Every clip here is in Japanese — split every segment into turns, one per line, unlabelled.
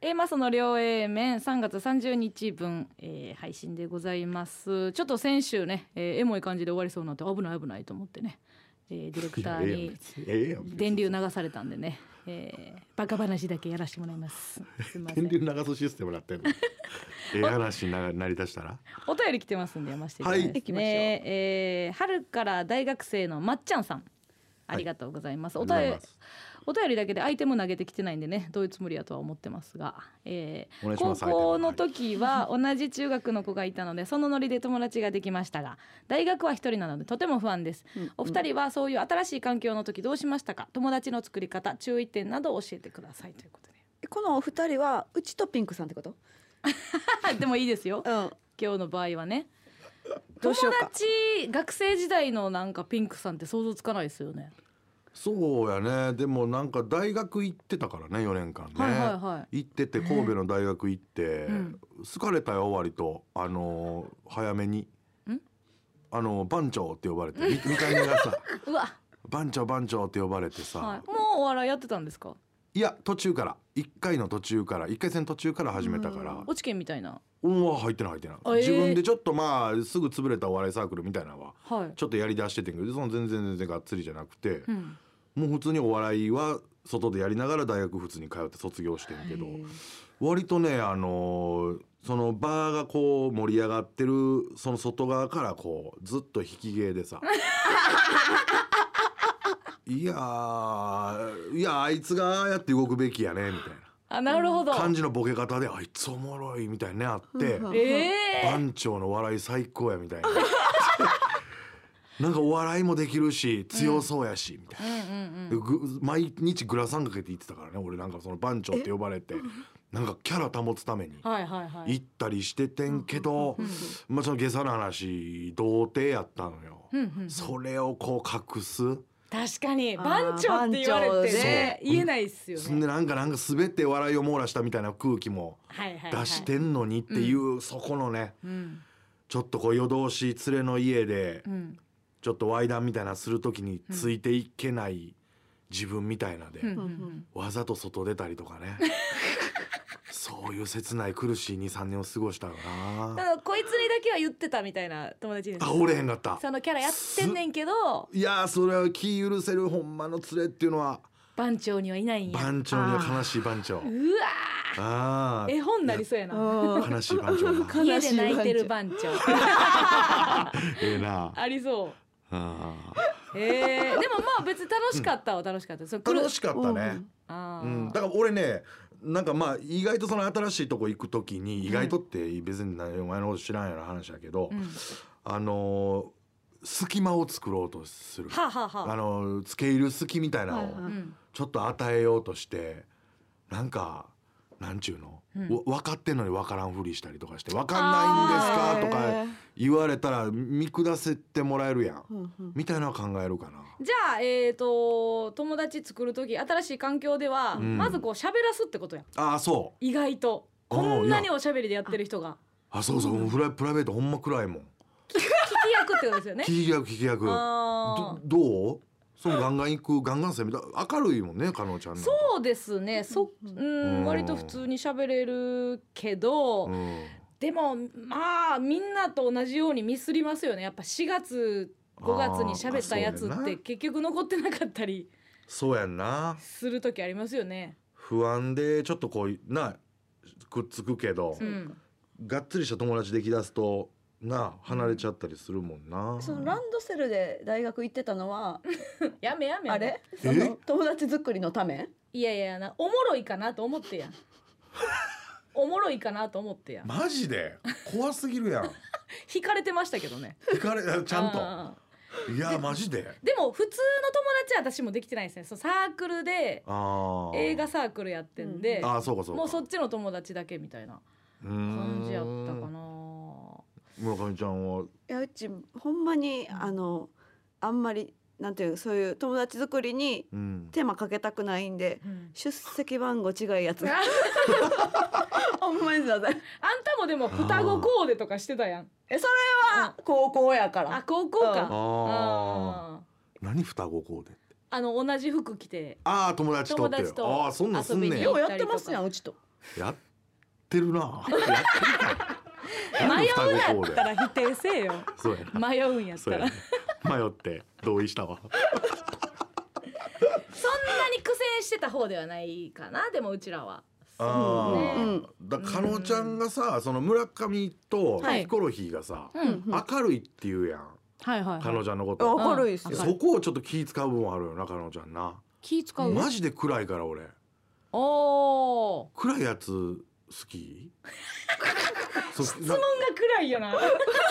えー、マソの両 A 面3月30日分、えー、配信でございますちょっと先週ね、えー、エモい感じで終わりそうになって危ない危ないと思ってね、えー、ディレクターに電流流されたんでね、えー、バカ話だけやらせてもらい ますすいませ
電
ん
流流すシステムなってん のええ話にななりだしたら
お便り来てますんで読ませていただきます、ね
はい
行きましょう
えー春から大学生のまっちゃんさんありがとうございます、お便りお便りだけでアイテム投げてきてないんでねどういうつもりやとは思ってますが、えー
お願いし
高
ます
校の時は同じ中学の子がいたのでそのノリで友達ができましたが大学は一人なのでとても不安です、お二人はそういう新しい環境の時どうしましたか友達の作り方注意点などを教えてくださいということ
えこのお二人はうちとピンクさんってこと
ででもいいですよ
うん
今日の場合はね
どうしよう
友
か
達学生時代のなんかピンクさんって想像つかないですよね
そうやねでもなんか大学行ってたからね4年間ね、
はいはいはい
行ってて神戸の大学行って、
ん
好かれたよ割とあのー早めに
ん
あのー番長って呼ばれてみ見た目 がさ
うわ、
番長番長って呼ばれてさ、
はい、もうお笑いやってたんですか
い、や途中から1回の途中から1回戦途中から始めたから
落ち券みたいな
うんわ入ってない入ってない、
あえー
自分でちょっとまあすぐ潰れたお笑いサークルみたいなのは
はい
ちょっとやりだしててんけどその全然全然がっつりじゃなくて、
うん
もう普通にお笑いは外でやりながら大学普通に通って卒業してんけど割とねあのーそのバーがこう盛り上がってるその外側からこうずっと引き芸でさいやーいやあいつがああやって動くべきやねみたい
あなるほど
な感じのボケ方であいつおもろいみたいにねあって
うん
ええ
番長の笑い最高や みたいななんかお笑いもできるし強そうやしみたいな。
うんうん
でぐ毎日グラサンかけて行ってたからね俺なんかその番長って呼ばれてなんかキャラ保つために
うんはいはいはい
行ったりしててんけど、まあその下差の話童貞やったのよ、
うんうん
それをこう隠す、
確かに
あー
番長って言われてね
番長そう
言えないっすよ
そんで
ね
なんかなんか全て笑いを網羅したみたいな空気も
はいはいはい
出してんのにっていう、そこのね
うん
ちょっとこう夜通し連れの家で
うん
ちょっとワイダンみたいなする時についていけない自分みたいなで。
うん
う
うん
うんん
わざと外出たりと かねそういう切ない苦しい23年を過ごしたよ
た
な
だこいつにだけは言ってたみたいな友達に
あおれへんかった
そのキャラやってんねんけど
いやーそれは気許せるほんまの連れっていうのは
番長にはいないんや
番長には悲しい 番長
うわ
あ
ー絵本になりそうやな
あ悲しい番長が
悲
家
し
で
い
泣いてる番長
ええな
ありそう
あ
えー、でもまあ別に楽しかったは楽しかったです、そ
ー
の
楽しかったね、
あ
う
ー、
ん、だから俺ねなんかまあ意外とその新しいとこ行く時に意外とって別に何お前のこと知らんやろ話だけど、
うん
あのー隙間を作ろうとする
はあ、はあは
あ
あ
のつけ入る隙みたいなの
は
を
いはい
うん
ちょっと与えようとしてなんかなんちゅうの、
うん
わ分かってんのに分からんふりしたりとかして「分かんないんですか?」とか言われたら見下せてもらえるやんみたいなのは考えるかな。
じゃあえっ、と友達作る時新しい環境では、
うん
まずこう喋らすってことや
ああそう
意外と
あ
こんなに
いや
おしゃべりでやってる人が
あそうそう、フライプライベートほんま暗いもん。
聞き役ってことですよね
聞き役聞き役ど
あー
どうそのガンガン行くガンガン攻めた明るいもんねかのちゃんなんか
そうですねそ、うん、
うん
割と普通に喋れるけど、
うん
でもまあみんなと同じようにミスりますよねやっぱ4月5月に喋ったやつ
あーあ
っ
そうや
て
な
結局残ってなかったり
そうやんな
する時ありますよね。
不安でちょっとこうなくっつくけど、
うん、
がっつりした友達できだすとなあ離れちゃったりするもんな、
そのランドセルで大学行ってたのは
やめやめ
あれその友達作りのため
いやいやなおもろいかなと思って やおもろいかなと思ってや
マジで怖すぎる やん
引かれてましたけどね
引かれ ちゃん
あー
といやマジで
でも普通の友達は私もできてないですねそうサークルで
ああ
映画サークルやってんで、
ああそうかそうか
もうそっちの友達だけみたいな感
感
じやったかな
村上ちゃんはい
やうちほんまにあのあんまりなんていうそういう友達作りに
うん
手間かけたくないんで
うん
出席番号違いやつ
あ
ほんまにすいま
あん
せん
たもでも双子コーデとかしてたやん
えそれは高校やか
あ
ら
高校
うん
か
ああ
あ
何双子コーデって
あの同じ服着て
ああ友達とって
友達と
ああそんなんすんね
遊び
や
に
ようやってますやんうちと
やって るな。やってるか。な
迷
んで双
う
子
な
こ
っ
う
た
で。
ら否定せえよ
そうやな。
迷うんやった
そうや
ら
な。迷って同意したわ。
そんなに苦戦してた方ではないかなでもうちらは
あ
ね
ーだ加納ちゃんがさ、その村上と
はい
ヒコロヒーがさ、
うん、
うん
明るいって言うやん。
はいはい、
加
は
納
い、
ちゃんのこ
あ
と。
明るいですよ
明る
そこをちょっと気使う部分あるよな加納ちゃんな。
気使う
マジで暗いから俺。
おお
暗いやつ好 き？そな
ー暗いよない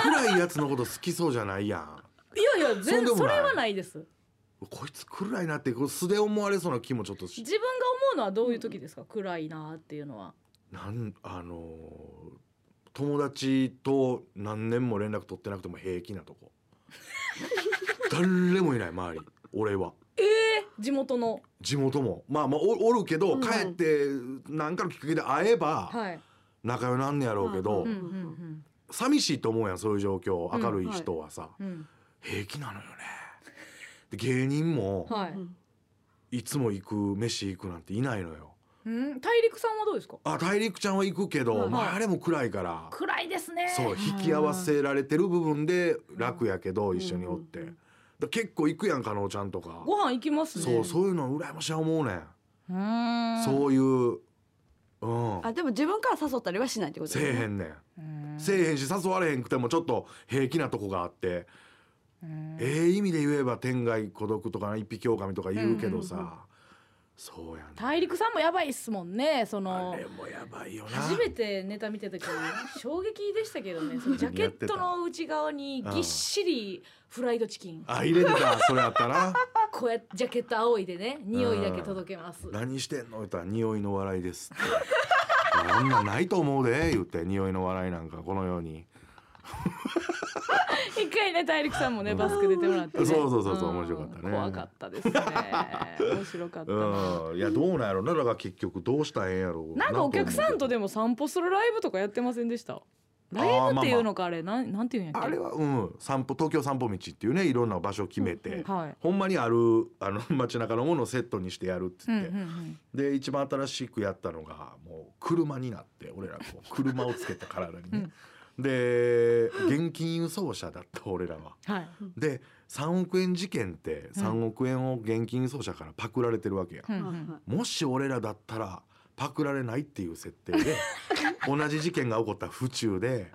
暗いやつのこと好きそうじゃないやん。
やいや
そん
全
で
然
も
そ
ない
れはないです
こいつ暗いなってこう素で思われそうな気もちょっとし
自分が思うのはどういう時ですか、暗いなーっていうのは
なんあのー友達と何年も連絡取ってなくても平気なとこ 誰もいない周り俺は
地元の
地元もまあまあおおるけど、
うん
帰って何かのきっかけで会えば
はい、
仲良くなんねやろうけ
う
ど、
うんん
うん
寂しいと思うやんそういう状況明る
う
い
ん
人はさ、
うんうん
平気なのよねで芸人も
はい、
いつも行く飯行くなんていないのよ
うん、大陸さんはどうですか
あ大陸ちゃんは行くけど、
はい
まあ、あれも暗いから
暗いですね
そう引き合わせられてる部分で楽やけど一緒におって、
うんうん
だから結構行くやん加納ちゃんとか、
ご飯行きますね
そうそういうの羨ましい思うねん、
うーん
そういううん
あでも自分から誘ったりはしないってこと
せ
で
え
すね
へんねん、
うーん
せえへんし誘われへんくてもちょっと平気なとこがあって、
うーん
ええ意味で言えば天外孤独とか一匹狼とか言うけどさ、
うんうんう
そうやねん
大陸さんもやばいっすもんねそ
あ
の
れもやばいよな
初めてネタ見てた時衝撃でしたけど ねそのジャケットの内側にぎっしりフライドチキン
あ入れてたそれやったな
こうやってジャケット仰いでね匂いだけ届けます
何してんの言ったら匂いの笑いです って。そんなんないと思うで言って匂いの笑いなんかこのように
一回ね大陸さんもね
うん
バスク出てもらってね
そうそうそうそうん面白かったね
怖かったですね面白かったな
うんいやどうなんやろなだから結局どうしたらええんやろ
なんかお客さんと
で
でも散歩するライブとかやってませんでしたライブっていうのかあれなんなんていうんやっけ
あれはうん散歩東京散歩道っていうねいろんな場所を決めて、
はい
ほんまにあるあの 街中のものをセットにしてやるって
うん
言
う
っ
ん
て、
うん
で一番新しくやったのがもう車になって俺らこう車をつけた体 にね、で現金輸送車だった俺らは
はい
で3億円事件って3億円を現金輸送車からパクられてるわけや、
うん
う
うんん
ん、もし俺らだったらパクられないっていう設定 で同じ事件が起こった府中で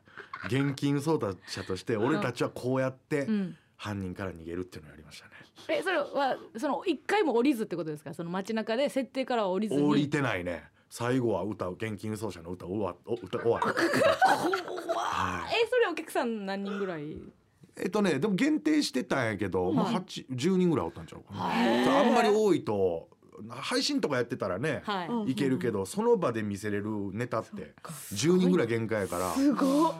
現金輸送車として俺たちはこうやって
うん
犯人から逃げるっていうのをやりましたね。
えそれはその一回も降りずってことですかその街中で設定からは降りずに
降りてないね最後は歌う現金輸送車の歌終わお歌終わったは
えそれお客さん何人ぐらい
いえっとねでも限定してたんやけど、まあ
はい
8 10人ぐらいおったんちゃうかな、
へー
あんまり多いと配信とかやってたらね、
はい、
うん
いけるけどその場で見せれるネタって10人ぐらい限界やから
すごっ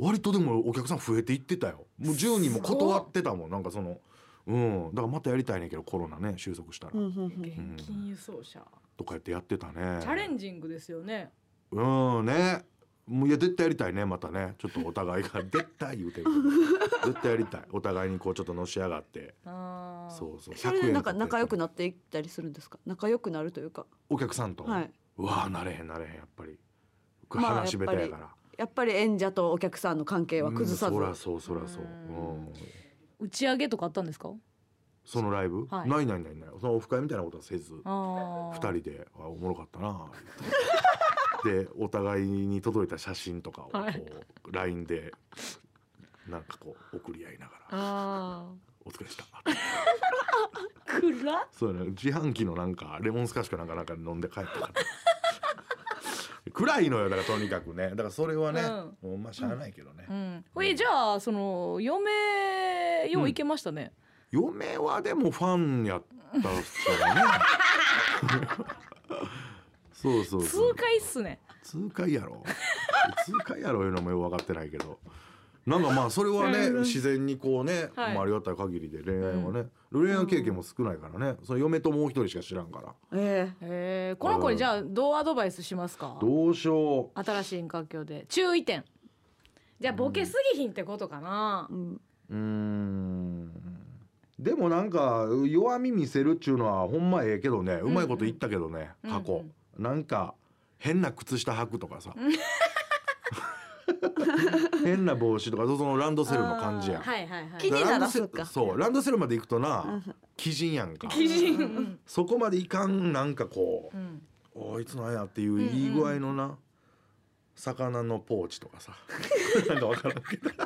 割とでもお客さん増えていってたよもう10人も断ってたもんなんかそのうんだからまたやりたいねんけどコロナね収束したら、
うんうんうん
現金輸送車、
とかやってやってたね
チャレンジングですよね
うんねもういや絶対やりたいねまたねちょっとお互い が絶対言うてるけど絶対やりたいお互いにこうちょっとのし上がって
あー
そうそう
それでなんか
100円と
仲良くなっていったりするんですか仲良くなるというか
お客さんと、
はい、
うわあなれへんなれへんやっぱり
まあ
話し下手やから、
やっぱり演者とお客さんの関係は崩さず、
うんそらそうそらそう、
うん
うん
打ち上げとかあったんですか
そのライブ、
はい
ないないないないそのオフ会みたいなことはせず
あ
二
ー
人であおもろかっ たな言ってでお互いに届いた写真とかをこう、
はい
LINE でなんかこう送り合いながら
あ
「お疲れでした」
ー暗っ
そうやね自販機のなんかレモンスカッシュかなんかなんか飲んで帰った から暗いのよだからとにかくねだからそれはね、もうまあしゃあないけどね、
うんほいじゃあその嫁よういけましたね、
嫁はでもファンやったっすよ ねそうそう
痛
そう
快っすね
痛快やろ 痛快やろいうのもよく分かってないけどなんかまあそれはね
うん
自然にこうね、
はい
まあ、ありがたい限りで恋愛はね、恋愛経験も少ないからねその嫁ともう一人しか知らんから
え
えー、この子にじゃあどうアドバイスしますか
どうしよ
新しい環境で注意点じゃあボケすぎひんってことかな
え、う、ん、
ううーんでもなんか弱み見せるっちゅうのはほんまええけどねうまいこと言ったけどね
うん
過去、
うん
なんか変な靴下履くとかさ 変な帽子とかそのランドセルの感じやん、
はいはいはい
気にならす
ラ
っ
ンドセ
か
そうランドセルまで行くとな鬼人やんか
基準
そこまでいかんなんかこう
う、ん
おいつのやっていういい具合のな、魚のポーチとかさ なんかわからんけど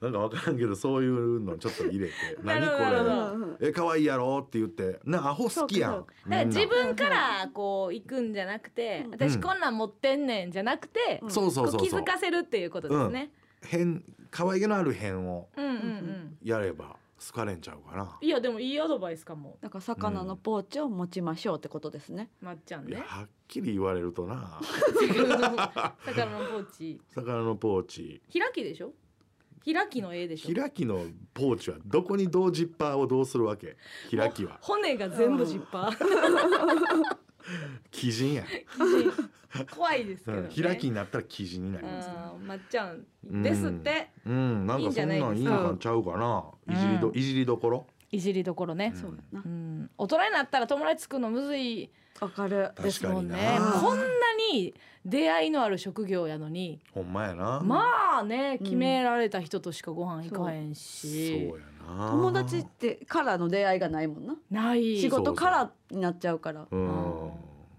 なんかわからんけどそういうのちょっと入れて「
なるほどなるほど
何これえ可愛いやろ?」って言って「なアホ好きや
そうんか」
だから
みんな
自分からこう行くんじゃなくて、
うん
私こんなん持ってんねんじゃなくて、
ん
そうそう
こ
そうう
気
そう
づかせるっていうことですね。
変可愛げのある変を
うん、うん、うん
うん
やれば好かれんちゃうかない
やでもいいアドバイスかも
だから魚のポーチを持ちましょうってことですね。
まっちゃん
いや
ね。
はっきり言われるとな
魚のポーチ
魚のポーチ
開きでしょ開きの絵でしょ
開きのポーチはどこにどうジッパーをどうするわけ開きは
骨が全部ジッパー
鬼人やん、
怖いですけ
う
ど、
ん
ね、
開きになったら鬼人になります
うんまっちゃんですって、
うん、なんかそんなんいいのかちゃうかな。
い
い
んじゃ
じ
ない
り
ですか
ど、いじりどころ。
いじりどころね
うん
そうやな
う。ん、大人になったら友達作るのむずい
わかる。
ですもんね
確かにな
こんなに出会いのある職業やのに、
ほんまやな。
まあね
うん
決められた人としかご飯行かへん
そう
し
や、な。
友達ってからの出会いがないもんな。
ない
仕事からになっちゃうから。
うん
うん。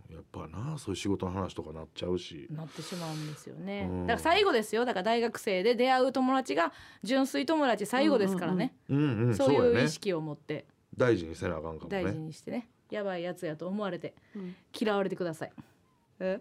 やっぱな、そういう仕事の話とかなっちゃうし。
なってしまうんですよね、
うん
だから最後ですよだから大学生で出会う友達が純粋友達最後ですからね、
うんうん、
そう
そう
い
や
う
ね
意。識を持って
大事にせなあかんかも
大事
ね。
にしてねやばいやつやと思われて
うん
嫌われてください
え